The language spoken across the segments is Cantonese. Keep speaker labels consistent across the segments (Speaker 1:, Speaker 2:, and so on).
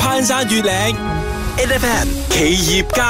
Speaker 1: 翻山越嶺。8FM 企業家，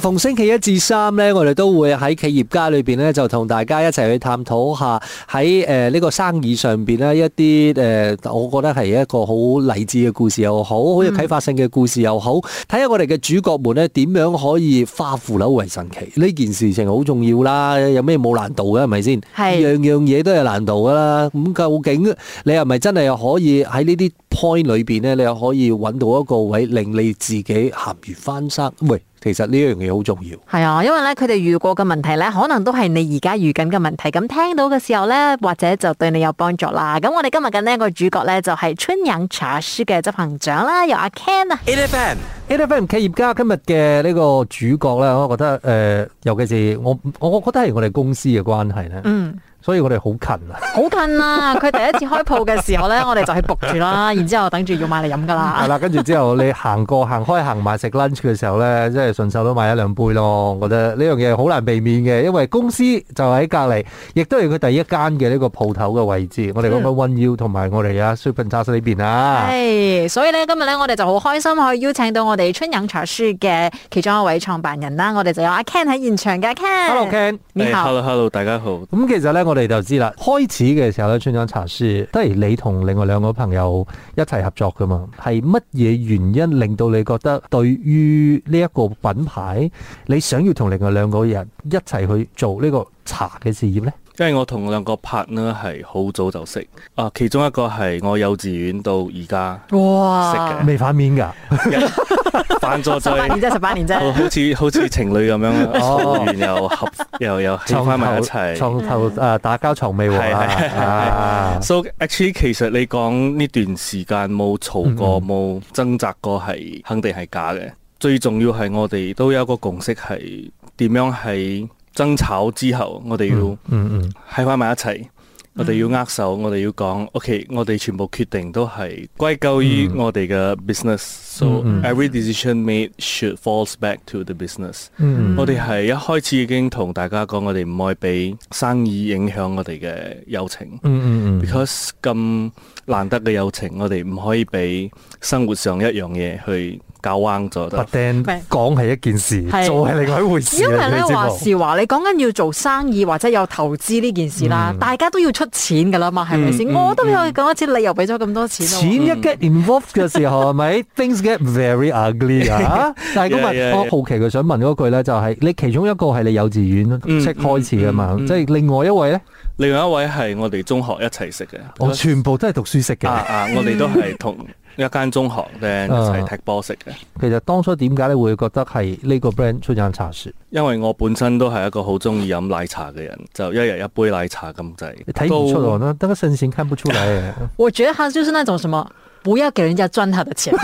Speaker 2: 逢星期一至三咧，我哋都會喺企業家裏邊咧，就同大家一齊去探討下喺誒呢個生意上邊咧一啲誒、呃我覺得係一個好勵志嘅故事又好，好有啟發性嘅故事又好，睇下我哋嘅主角們咧點樣可以化腐朽為神奇呢件事情好重要啦，有咩冇難度嘅係咪先？
Speaker 3: 係
Speaker 2: 樣樣嘢都有難度噶啦。咁究竟你係咪真係可以喺呢啲 point 裏邊咧，你又可以揾到一個位令你自己鹹魚翻身？喂，其實呢樣嘢好重要。
Speaker 3: 係啊，因為咧佢哋遇過嘅問題咧，可能都係你而家遇緊嘅問題。咁聽到嘅時候咧，或者就對你有幫助啦。咁我哋今日嘅呢一個主角咧，就係春陽茶室嘅執行長啦，由阿 Ken 啊。
Speaker 1: 8FM
Speaker 2: A F M 企業家今日嘅呢個主角咧，我覺得誒、呃尤其是我，我我覺得係我哋公司嘅關係咧，
Speaker 3: 嗯，
Speaker 2: 所以我哋好近啊。
Speaker 3: 好近啊！佢第一次開鋪嘅時候咧，我哋就去仆住啦，然之後等住要買嚟飲噶
Speaker 2: 係
Speaker 3: 啦。
Speaker 2: 啦，跟住之後你行過行開行埋食 lunch 嘅時候咧，即係順手都買一兩杯咯。我覺得呢樣嘢好難避免嘅，因為公司就喺隔離，亦都係佢第一間嘅呢個鋪頭嘅位置。我哋講緊 One U 同埋我哋啊 Super t a s 呢邊啊。
Speaker 3: 係，所以咧今日咧我哋就好開心可以邀請到我哋春陽茶室嘅其中一位創辦人啦，我哋就有阿 Ken 喺現場嘅 Ken。
Speaker 2: Hello Ken。
Speaker 3: 你好。
Speaker 4: hello，大家好。
Speaker 2: 咁其實咧，我哋就知啦。開始嘅時候咧，村長茶書都係你同另外兩個朋友一齊合作噶嘛。係乜嘢原因令到你覺得對於呢一個品牌，你想要同另外兩個人一齊去做呢個茶嘅事業呢？
Speaker 4: 因為我同兩個 partner 係好早就識，啊，其中一個係我幼稚園到而家
Speaker 3: 哇！
Speaker 4: 識嘅
Speaker 2: 未反 面㗎，
Speaker 4: 翻咗
Speaker 3: 十八年
Speaker 4: 再，
Speaker 3: 啫，十八年啫。
Speaker 4: 好好似 好似情侶咁樣啦，嘈完又合 又又起翻埋一齊。
Speaker 2: 床
Speaker 3: 嗯
Speaker 2: 頭誒啊打交床尾和啦。
Speaker 4: 係係
Speaker 2: 啊
Speaker 4: So actually，其實你講呢段時間冇嘈過，冇掙扎過，係肯定係假嘅。最重要係我哋都有一個共識，係點樣喺爭吵之後，我哋要。
Speaker 2: 嗯嗯，
Speaker 4: 喺翻埋一齊，我哋要握手，我哋要講，OK，我哋全部決定都係歸咎於
Speaker 2: 嗯
Speaker 4: 我哋嘅 business。So
Speaker 2: 嗯嗯
Speaker 4: every decision made should falls back to the business。
Speaker 2: 嗯
Speaker 4: 我哋係一開始已經同大家講，我哋唔愛俾生意影響我哋嘅友情。
Speaker 2: 嗯嗯嗯
Speaker 4: because 咁難得嘅友情，我哋唔可以俾生活上一樣嘢去搞彎咗得
Speaker 2: ，but。then
Speaker 3: 喂
Speaker 2: 講係一件事，
Speaker 3: 係
Speaker 2: 做係另外一回事
Speaker 3: 因為
Speaker 2: 啦。
Speaker 3: 咧
Speaker 2: 你知
Speaker 3: 話
Speaker 2: 冇？
Speaker 3: 是話，你講緊要做生意或者有投資呢件事
Speaker 2: 嗯
Speaker 3: 啦，大家都要出錢噶啦嘛，係咪先？
Speaker 4: 嗯
Speaker 3: 我都俾我講一次，你又俾咗咁多錢
Speaker 2: 錢
Speaker 3: 咯。
Speaker 2: 一 get involved 嘅時候係 咪？Things get very ugly 啊！但係今
Speaker 4: Yeah,
Speaker 2: 日
Speaker 4: yeah,
Speaker 2: 我
Speaker 4: yeah.
Speaker 2: 好奇佢想問嗰句咧，就係你其中一個係你幼稚園
Speaker 4: 嗯
Speaker 2: 識開始噶嘛？
Speaker 4: 嗯嗯嗯
Speaker 2: 即係另外一位咧，
Speaker 4: 另外一位係我哋中學一齊識嘅，
Speaker 2: 我全部都係讀書識
Speaker 4: 啊
Speaker 2: 嘅。
Speaker 4: 啊！我哋都係同一間中學咧一
Speaker 2: 啊
Speaker 4: 齊踢波式嘅，
Speaker 2: 其實當初點解你會覺得係呢個 brand 出眼茶樹？
Speaker 4: 因為我本身都係一個好中意飲奶茶嘅人，就一日一杯奶茶咁
Speaker 2: 你
Speaker 4: 滯。
Speaker 2: 睇唔出我呢，得個身形看不出 來。
Speaker 3: 我覺得他就是那種什麼，不要給人家賺他的 錢，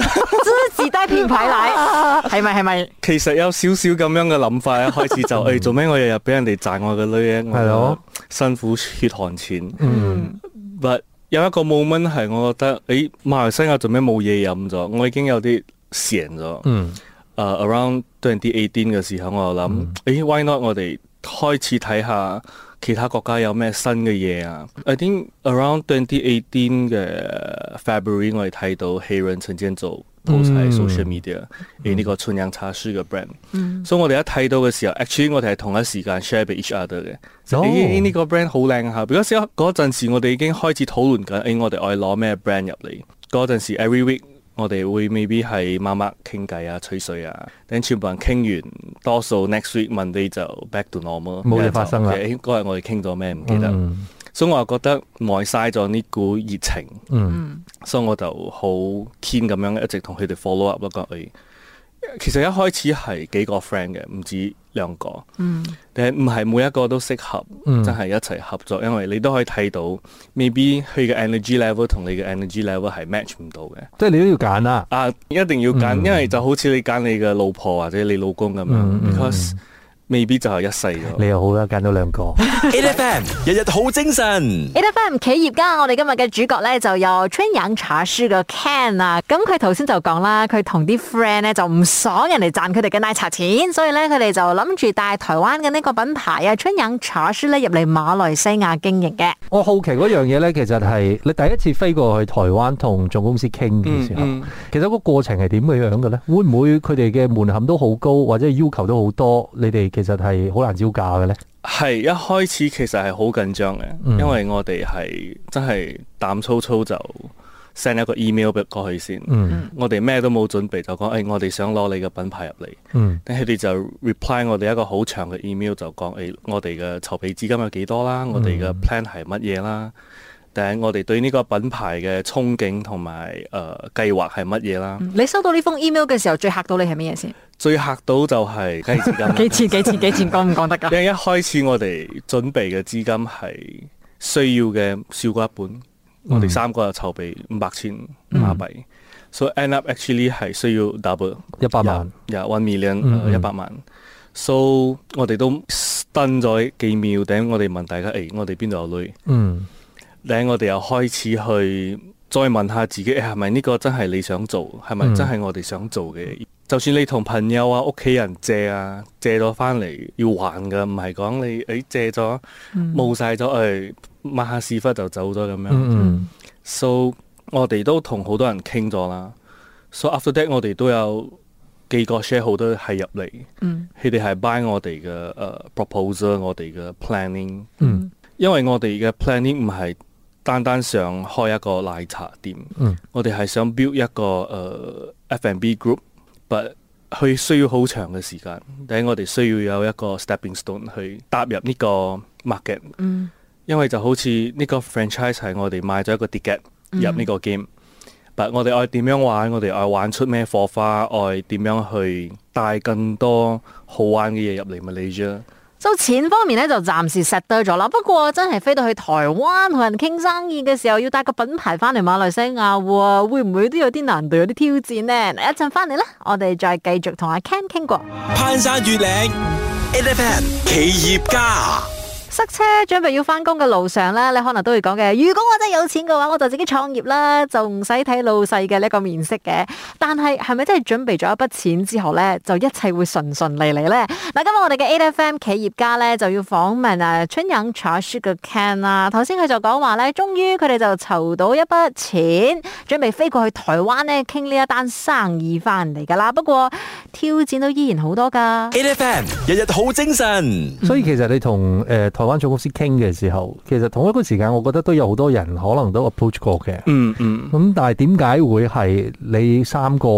Speaker 3: 自己帶品牌來，係咪係咪？
Speaker 4: 其實有少少咁樣嘅諗法，一開始 就哎誒做咩我日日俾人哋賺我嘅女嘅，
Speaker 2: 係咯
Speaker 4: 我辛苦血汗錢。
Speaker 2: 嗯，
Speaker 4: But 有一個 moment 係我覺得，誒馬來西亞做咩冇嘢飲咗？我已經有啲閒咗。
Speaker 2: 嗯
Speaker 4: 誒、around twenty eighteen 嘅時候，我就諗，誒、why not 我哋開始睇下其他國家有咩新嘅嘢啊？I think around twenty eighteen 嘅 February，我哋睇到 h e r o n 陳建做 post 喺
Speaker 2: 嗯
Speaker 4: social media，而呢個春陽茶書嘅 brand，所以我哋一睇到嘅時候，actually 我哋係同一時間 share 俾 each other 嘅。
Speaker 2: 哦
Speaker 4: 咦呢個 brand 好靚啊！嗰時嗰陣時，我哋已經開始討論緊，誒、我哋愛攞咩 brand 入嚟。嗰陣時，every week 我哋會未必係默默傾偈啊、吹水啊，等全部人傾完，多數 next week Monday 就 back to normal，
Speaker 2: 冇嘢發生啦
Speaker 4: 就誒嗰日我哋傾咗咩唔記得，
Speaker 2: 嗯
Speaker 4: 所以我又覺得外嘥咗呢股熱情，
Speaker 2: 嗯
Speaker 4: 所以我就好 keen 咁樣一直同佢哋 follow up 咯，講誒。其實一開始係幾個 friend 嘅，唔止兩個，
Speaker 3: 嗯，
Speaker 4: 但係唔係每一個都適合。真
Speaker 2: 嗯
Speaker 4: 係一齊合作，因為你都可以睇到，maybe 佢嘅 energy level 同你嘅 energy level 係 match 唔到嘅。
Speaker 2: 即係你都要揀啦。
Speaker 4: 啊，一定要揀，
Speaker 2: 嗯
Speaker 4: 因為就好似你揀你嘅老婆或者你老公咁樣、
Speaker 2: 嗯嗯
Speaker 4: b e c a u s e 未必就係一世咗。
Speaker 2: 你又好啦，揀到兩個。
Speaker 1: A F M 日日好精神
Speaker 3: A F M 企業家，我哋今日嘅主角咧就有春陽茶書嘅 Ken 啊，咁佢頭先就講啦，佢同啲 friend 咧就唔爽人哋賺佢哋嘅奶茶錢，所以咧佢哋就諗住帶台灣嘅呢個品牌啊春陽茶書咧入嚟馬來西亞經營嘅。
Speaker 2: 我好奇嗰樣嘢咧，其實係你第一次飛過去台灣同總公司傾嘅時候，
Speaker 4: 嗯嗯
Speaker 2: 其實個過程係點嘅樣嘅咧？會唔會佢哋嘅門檻都好高，或者要求都好多？你哋其實係好難招架嘅咧？
Speaker 4: 係一開始其實係好緊張嘅，
Speaker 2: 嗯
Speaker 4: 因為我哋係真係膽粗粗就 send 一個 email 俾過去先。
Speaker 2: 嗯
Speaker 4: 我哋咩都冇準備，就講誒、哎我哋想攞你嘅品牌入嚟。
Speaker 2: 嗯
Speaker 4: 但佢哋就 reply 我哋一個好長嘅 email，就講誒、哎我哋嘅籌備資金有幾多啦，
Speaker 2: 嗯
Speaker 4: 我哋嘅 plan 係乜嘢啦，但係我哋對呢個品牌嘅憧憬同埋誒計劃係乜嘢
Speaker 2: 嗯
Speaker 4: 啦。
Speaker 3: 嗯你收到呢封 email 嘅時候，最嚇到你係乜嘢先？，
Speaker 4: 最嚇到就係雞資金 啦
Speaker 3: 幾 錢？幾錢？幾錢？講唔講 得㗎？
Speaker 4: 因為一開始我哋準備嘅資金係需要嘅少過一半，
Speaker 2: 嗯
Speaker 4: 我哋三個就籌備五百千馬幣，所以 end up actually 係需要 double
Speaker 2: 100萬，
Speaker 4: 廿 one
Speaker 2: 嗯
Speaker 4: million 呃一百萬。so 我哋都 stun 咗幾秒，頂我哋問大家：，誒、我哋邊度有女？
Speaker 2: 嗯
Speaker 4: 頂我哋又開始去再問下自己，誒係咪呢個真係你想做？係咪真係我哋想做嘅？嘢？就算你同朋友啊、屋企人借啊，借咗翻嚟要還嘅，唔係講你誒、哎借咗冇晒咗，誒抹下屎忽就走咗咁樣。
Speaker 2: 嗯
Speaker 4: so 我哋都同好多人傾咗啦。so after that 我哋都有幾個 shareholder 係入嚟，
Speaker 3: 嗯
Speaker 4: 佢哋係 buy 我哋嘅誒 proposal，我哋嘅 planning。
Speaker 2: 嗯
Speaker 4: 因為我哋嘅 planning 唔係單單想開一個奶茶店，
Speaker 2: 嗯
Speaker 4: 我哋係想 build 一個誒、呃 F&B group，but 佢需要好長嘅時間，但係我哋需要有一個 stepping stone 去踏入呢個 market，
Speaker 3: 嗯
Speaker 4: 因為就好似呢個 franchise 係我哋買咗一個 ticket 入呢個 game。但我哋愛點樣玩，我哋愛玩出咩火花，愛點樣去帶更多好玩嘅嘢入嚟 Malaysia。
Speaker 3: 所以錢方面咧就暫時 set 多咗啦。不過真係飛到去台灣同人傾生意嘅時候，要帶個品牌翻嚟馬來西亞喎，會唔會都有啲難度、有啲挑戰呢？一陣翻嚟啦，我哋再繼續同阿 Ken 傾過。
Speaker 1: 攀山越嶺，A F M 企業家
Speaker 3: 塞車準備要翻工嘅路上咧，你可能都會講嘅。如果我真係有錢嘅話，我就自己創業啦，就唔使睇老細嘅呢個面色嘅。但係係咪真係準備咗一筆錢之後咧，就一切會順順利利咧？嗱，今日我哋嘅 A F M 企業家咧就要訪問啊春陽茶書嘅 Ken 啦。頭先佢就講話咧，終於佢哋就籌到一筆錢，準備飛過去台灣咧傾呢一單生意翻嚟㗎啦。不過挑戰都依然好多㗎。
Speaker 1: ，A F M 日日好精神
Speaker 2: 所以其實你同誒、呃台灣總公司傾嘅時候，其實同一個時間，我覺得都有好多人可能都 approach 過嘅。
Speaker 4: 嗯嗯。
Speaker 2: 咁但係點解會係你三個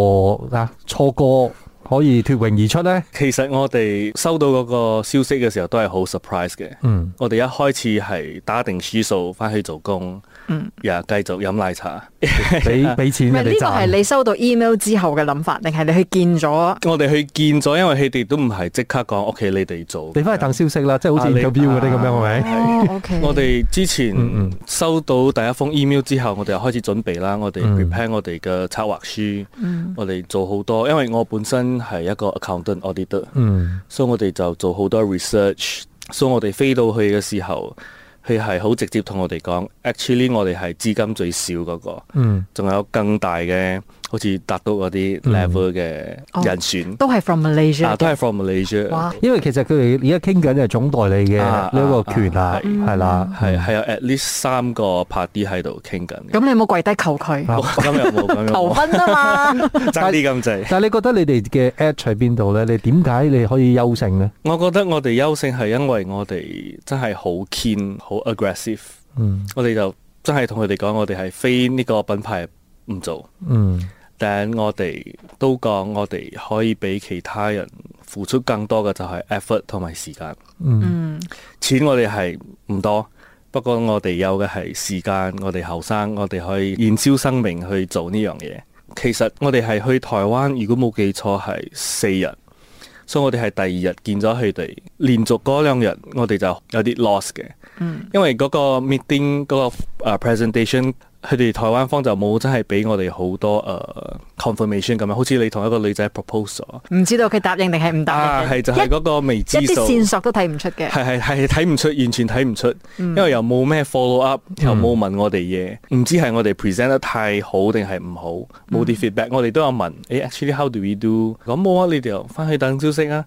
Speaker 2: 啊錯過可以脱穎而出咧？
Speaker 4: 其實我哋收到嗰個消息嘅時候都係好 surprise 嘅。
Speaker 2: 嗯
Speaker 4: 我哋一開始係打定輸數，翻去做工，
Speaker 3: 嗯，
Speaker 4: 又繼續飲奶茶。
Speaker 2: 俾俾錢人
Speaker 3: 唔係呢
Speaker 2: 哋
Speaker 3: 個
Speaker 2: 賺
Speaker 3: 係。你收到 email 之後嘅諗法，定係你去見咗？
Speaker 4: 我哋去見咗，因為佢哋都唔係即刻講，OK，你哋做。
Speaker 2: 你翻去等消息啦，即係好似
Speaker 4: 啊你
Speaker 2: interview 嗰啲咁樣係咪？
Speaker 3: 哦，OK。
Speaker 4: 我哋之前
Speaker 2: 嗯嗯
Speaker 4: 收到第一封 email 之後，我哋就開始準備啦。我哋
Speaker 2: 嗯
Speaker 4: prepare 我哋嘅策劃書，
Speaker 3: 嗯
Speaker 4: 我哋做好多。因為我本身係一個 accountant auditor。
Speaker 2: 嗯
Speaker 4: 所以我哋就做好多 research。所以我哋飛到去嘅時候，佢係好直接同我哋講，actually 我哋係資金最少嗰、個，
Speaker 2: 嗯
Speaker 4: 仲有更大嘅，好似達到嗰啲 level 嘅
Speaker 3: 哦
Speaker 4: 人選，
Speaker 3: 都係 from Malaysia
Speaker 4: 啊都係 from Malaysia，
Speaker 3: 哇
Speaker 2: 因為其實佢哋而家傾緊就係總代理嘅
Speaker 4: 啊
Speaker 2: 呢一個權啊，
Speaker 4: 嗯
Speaker 2: 係啦，
Speaker 4: 係係有 at least 三個 party 喺度傾緊嘅。
Speaker 3: 咁你有冇跪低求佢
Speaker 2: 啊
Speaker 4: 今日冇咁樣
Speaker 3: 求
Speaker 4: 冇，
Speaker 3: 婚啊 嘛？
Speaker 4: 爭啲咁滯。
Speaker 2: 但係你覺得你哋嘅 edge 喺邊度咧？你點解你可以優勝咧？
Speaker 4: 我覺得我哋優勝係因為我哋真係好 keen，好 aggressive。
Speaker 2: 嗯
Speaker 4: 我哋就真係同佢哋講，我哋係非呢個品牌唔做。
Speaker 2: 嗯
Speaker 4: 但我哋都講，我哋可以比其他人付出更多嘅就係 effort 同埋時間。
Speaker 2: 嗯
Speaker 3: 嗯，
Speaker 4: 錢我哋係唔多，不過我哋有嘅係時間，我哋後生，我哋可以燃燒生命去做呢樣嘢。其實我哋係去台灣，如果冇記錯係四日，所以我哋係第二日見咗佢哋，連續嗰兩日我哋就有啲 loss 嘅，因為嗰個 meeting 嗰個呃 presentation 佢哋台灣方就冇真係俾我哋好多誒、呃 confirmation 咁樣，好似你同一個女仔 propose 咗
Speaker 3: 唔知道佢答應定係唔答
Speaker 4: 啊，
Speaker 3: 應嘅
Speaker 4: 係就係嗰個未知
Speaker 3: 一啲
Speaker 4: 數。
Speaker 3: 線索都睇唔出嘅。
Speaker 4: 係係係睇唔出，完全睇唔出，
Speaker 3: 嗯
Speaker 4: 因為又冇咩 follow up，又冇問我哋嘢，唔知係我哋 present 得太好定係唔好，冇
Speaker 3: 嗯
Speaker 4: 啲 feedback。我哋都有問，誒，actually how do we do？咁冇啊，你哋又翻去等消息啊。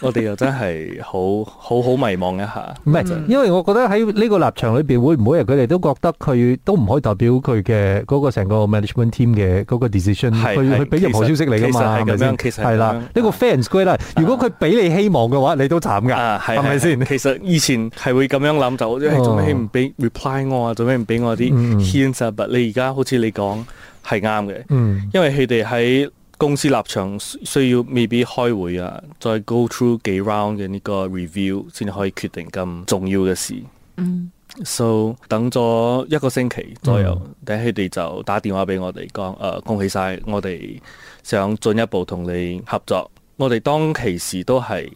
Speaker 4: 我哋又真係好好好迷茫一下。
Speaker 5: 唔係，因為我覺得喺呢個立場裏邊，會唔會係佢哋都覺得佢都唔可以代表佢嘅嗰個成個 management team 嘅嗰個 decision，
Speaker 4: 係
Speaker 5: 佢
Speaker 4: 係
Speaker 5: 佢俾任何消息你㗎嘛，
Speaker 4: 其實係
Speaker 5: 係咪
Speaker 4: 咁樣
Speaker 5: 先？
Speaker 4: 其實
Speaker 5: 係
Speaker 4: 係咁樣
Speaker 5: 啦，呢個 fans square 啦，如果佢俾你希望嘅話，你都慘㗎，
Speaker 4: 啊，係
Speaker 5: 係咪先？哦
Speaker 4: 其實以前係會咁樣諗，就誒做咩唔俾 reply 我啊？做咩唔俾我啲
Speaker 5: 嗯
Speaker 4: hints 啊？But 你而家好似你講係啱嘅，
Speaker 5: 嗯
Speaker 4: 因為佢哋喺公司立場需需要未必開會啊，再 go through 幾 round 嘅呢個 review 先可以決定咁重要嘅事。
Speaker 3: 嗯，
Speaker 4: So 等咗一個星期左右，
Speaker 5: 嗯
Speaker 4: 等佢哋就打電話俾我哋講，誒、恭喜晒，我哋想進一步同你合作。我哋當其時都係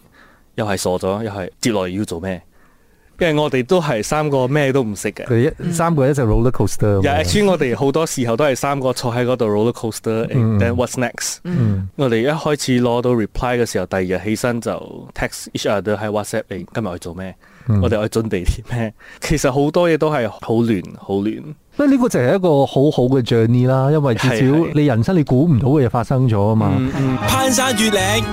Speaker 4: 又係傻咗，又係接落嚟要做咩？因為我哋都係三個咩都唔識嘅。
Speaker 5: 佢一三個一隻 roller coaster 咁
Speaker 4: 又
Speaker 5: 樣。
Speaker 4: actually 我哋好多時候都係三個坐喺嗰度 roller coaster，and
Speaker 5: 嗯
Speaker 4: then what's next？
Speaker 5: 嗯
Speaker 4: 我哋一開始攞到 reply 嘅時候，第二日起身就 text each other 喺 WhatsApp 你今日去做咩？
Speaker 5: 嗯
Speaker 4: 我哋去準備啲咩？ 其實好多嘢都係好亂，好亂。
Speaker 5: 不過呢個就係一個好好嘅 journey 啦，因為至
Speaker 4: 係係
Speaker 5: 少你人生你估唔到嘅嘢發生咗啊嘛。
Speaker 4: 嗯嗯。
Speaker 1: 攀山越嶺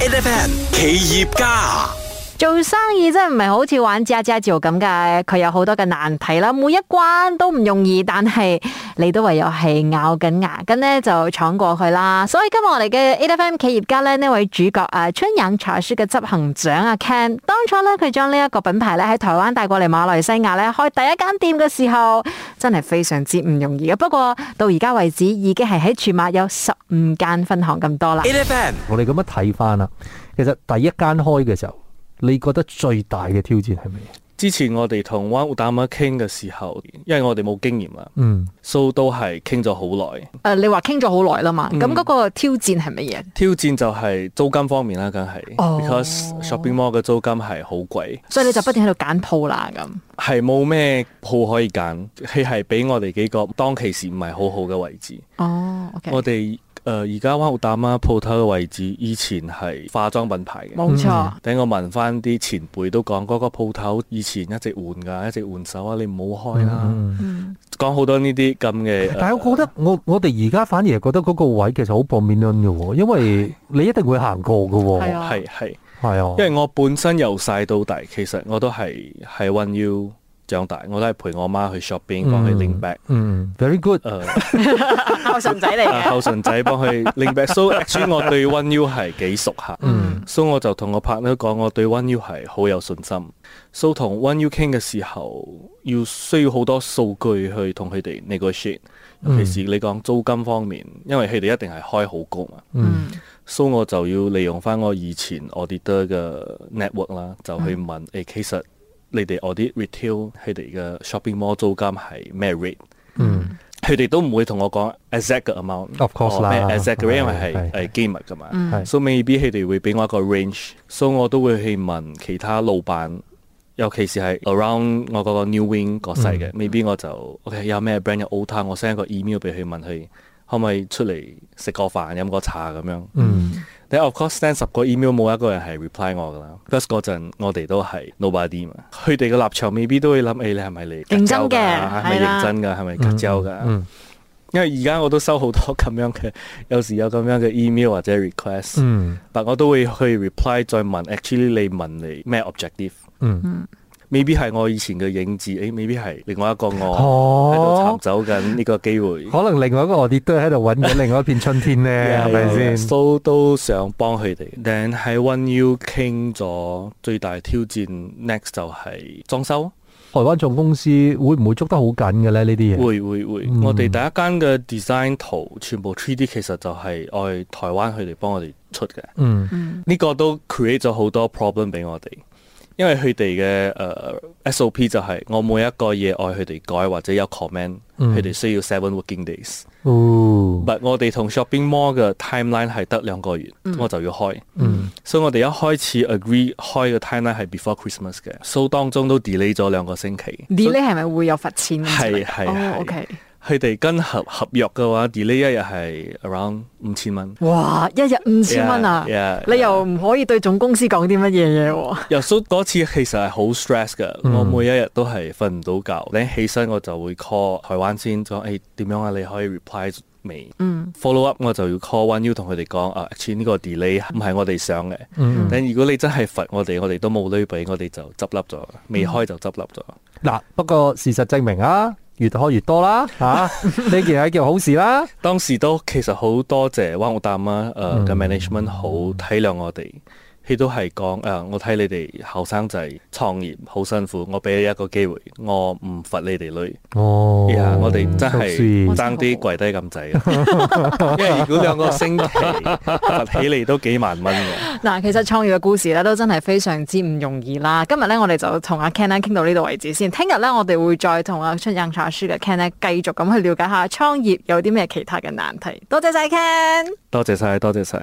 Speaker 1: ，8FM 企業家。
Speaker 3: 做生意真係唔係好似玩揸揸照咁噶，佢有好多嘅難題啦，每一關都唔容易，但係你都唯有係咬緊牙根咧就闖過去啦。所以今日我哋嘅 A F M 企業家咧呢位主角啊，春陽茶書嘅執行長啊 Ken，當初咧佢將呢一個品牌咧喺台灣帶過嚟馬來西亞咧開第一間店嘅時候，真係非常之唔容易嘅。不過到而家為止，已經係喺全馬有十五間分行咁
Speaker 1: 嗯
Speaker 3: 多啦。
Speaker 1: 8FM
Speaker 5: 我哋咁樣睇翻啦，其實第一間開嘅時候，你覺得最大嘅挑戰係咩？
Speaker 4: 之前我哋同 One u d a m a 傾嘅時候，因為我哋冇經驗啦
Speaker 5: 嗯，
Speaker 4: ，so 都係傾咗好耐。
Speaker 3: 誒、你話傾咗好耐啦嘛，咁嗰個挑戰係乜嘢？
Speaker 4: 挑戰就係租金方面啦，梗係、
Speaker 3: 哦
Speaker 4: because shopping mall 嘅租金係好貴，
Speaker 3: 所以你就不斷喺度揀鋪啦咁。
Speaker 4: 係冇咩鋪可以揀，佢係俾我哋幾個當其時唔係好好嘅位置。
Speaker 3: 哦，OK，
Speaker 4: 我哋誒呃而家灣澳大媽鋪頭嘅位置，以前係化妝品牌嘅。
Speaker 3: 冇錯，
Speaker 4: 等我問翻啲前輩都講，嗰、個鋪頭以前一直換㗎，一直換手啊，你唔好開啦。講好、多呢啲咁嘅。
Speaker 5: 但係
Speaker 4: 呃
Speaker 5: 我覺得我我哋而家反而係覺得嗰個位其實好搏面 n 嘅喎，因為你一定會行過嘅
Speaker 3: 係
Speaker 5: 喎，
Speaker 3: 啊，
Speaker 4: 係係，因
Speaker 5: 係啊，
Speaker 4: 為我本身由細到大，其實我都係喺 One U 長大，我都係陪我媽去 shopping，幫佢拎 back，
Speaker 5: 嗯，very good，
Speaker 4: 誒
Speaker 3: 後生仔嚟嘅。
Speaker 4: 後生仔幫佢拎 back。So actually 我對 One U 係幾熟下，
Speaker 5: 嗯
Speaker 4: so 我就同我 partner 講，我對 One U 係好有信心。so 同 One U 傾嘅時候，要需要好多數據去同佢哋 negotiate，尤其是你講租金方面，因為佢哋一定係開好高嘛。
Speaker 5: 嗯，
Speaker 4: 所以我就要利用翻我以前 auditor 嘅 network 啦，就去問誒、其實你哋 audit retail 佢哋嘅 shopping mall 租金係咩 rate？
Speaker 5: 嗯，
Speaker 4: 佢哋都唔會同我講 exact 嘅 amount。哦
Speaker 5: Of course 啦
Speaker 4: 咩 exact 嘅，因為
Speaker 5: 係
Speaker 4: 係
Speaker 5: 係
Speaker 4: 係機密㗎嘛。
Speaker 5: 係
Speaker 4: 所以 maybe 佢哋會俾我一個 range，所以我都會去問其他老闆，尤其是係 around 我嗰個 New Wing 嗰世
Speaker 5: 嗯
Speaker 4: 嘅、m a y b e 我就 OK 有咩 brand 有 o t a 我 send 個 email 俾佢問佢可唔可以出嚟食個飯飲個茶咁樣。
Speaker 5: 嗯，
Speaker 4: 你 of course send 十個 email 冇一個人係 reply 我㗎啦。plus 嗰陣我哋都係 nobody 嘛，佢哋嘅立場未必都會諗，誒、你係咪嚟
Speaker 3: 認真嘅
Speaker 4: 格鬥㗎係咪
Speaker 3: 係啦
Speaker 4: 認真㗎？係咪隔交㗎？
Speaker 5: 嗯
Speaker 4: 因為而家我都收好多咁樣嘅，有時有咁樣嘅 email 或者 request。
Speaker 5: 嗯
Speaker 4: 但我都會去 reply 再問，actually 你問你咩 objective？
Speaker 5: 嗯，
Speaker 4: 未必係我以前嘅影子，誒，未必係另外一個我喺度
Speaker 5: 哦
Speaker 4: 尋，走緊呢個機會，
Speaker 5: 可能另外一個我哋都喺度揾緊另外一片春天 咧，係咪先？
Speaker 4: 啊都都想幫佢哋。但喺 One U 傾咗最大挑戰，next 就係裝修，
Speaker 5: 台灣總公司會唔會捉得好緊嘅咧？呢啲嘢，
Speaker 4: 會會會。
Speaker 5: 嗯
Speaker 4: 我哋第一間嘅 design 圖全部 3D，其實就係我哋台灣佢哋幫我哋出嘅。
Speaker 5: 嗯
Speaker 4: 呢個都 create 咗好多 problem 俾我哋，因為佢哋嘅呃誒 SOP 就係我每一個嘢我佢哋改或者有 comment，
Speaker 5: 嗯
Speaker 4: 佢哋需要 seven working days。
Speaker 5: 哦，
Speaker 4: 但我哋同 shopping mall 嘅 timeline 係得兩個月，我就要開。
Speaker 5: 嗯
Speaker 4: 所以我哋一開始 agree 開嘅 timeline 係 before Christmas 嘅，so 當中都 delay 咗兩個星期。
Speaker 3: delay 系咪會有罰錢咁之類？
Speaker 4: 係係
Speaker 3: 哦
Speaker 4: 係
Speaker 3: ，OK。
Speaker 4: 佢哋跟合合約嘅話，delay 一日係 around 五千蚊。
Speaker 3: 哇！一日五千蚊啊
Speaker 4: Yeah, yeah,
Speaker 3: 你又唔可以對總公司講啲乜嘢嘢喎？
Speaker 4: 又 so 嗰次其實係好 stress 嘅，
Speaker 5: 嗯
Speaker 4: 我每一日都係瞓唔到覺，你起身我就會 call 台灣先講，誒點樣啊？你可以 reply 未、f
Speaker 5: 嗯
Speaker 4: o l l o w up 我就要 call One U 同佢哋講啊，actually 呢個 delay 唔係我哋想嘅。
Speaker 5: 嗯，
Speaker 4: 但如果你真係罰我哋，我哋都冇呢俾，我哋就執笠咗，未開就執笠咗。
Speaker 5: 嗱，不過事實證明啊，越開越多啦，吓、 呢件係一件好事啦，
Speaker 4: 當時都其實好多謝灣澳淡啊，誒、
Speaker 5: 嗯
Speaker 4: 嘅 management 好體諒我哋，佢都係講誒，我睇你哋後生仔創業好辛苦，我俾你一個機會，我唔罰你哋女。
Speaker 5: 哦
Speaker 4: 呀我哋真
Speaker 5: so sweet
Speaker 4: 係爭啲跪低咁滯嘅，因為如果兩個星期罰起嚟都幾萬蚊嘅。
Speaker 3: 嗱，其實創業嘅故事咧都真係非常之唔容易啦。今日咧我哋就同阿 Ken 咧傾到呢度為止先，聽日咧我哋會再同阿春印茶書嘅 Ken 咧繼續咁去了解下創業有啲咩其他嘅難題。多謝晒 Ken。
Speaker 4: 多謝晒，多謝晒。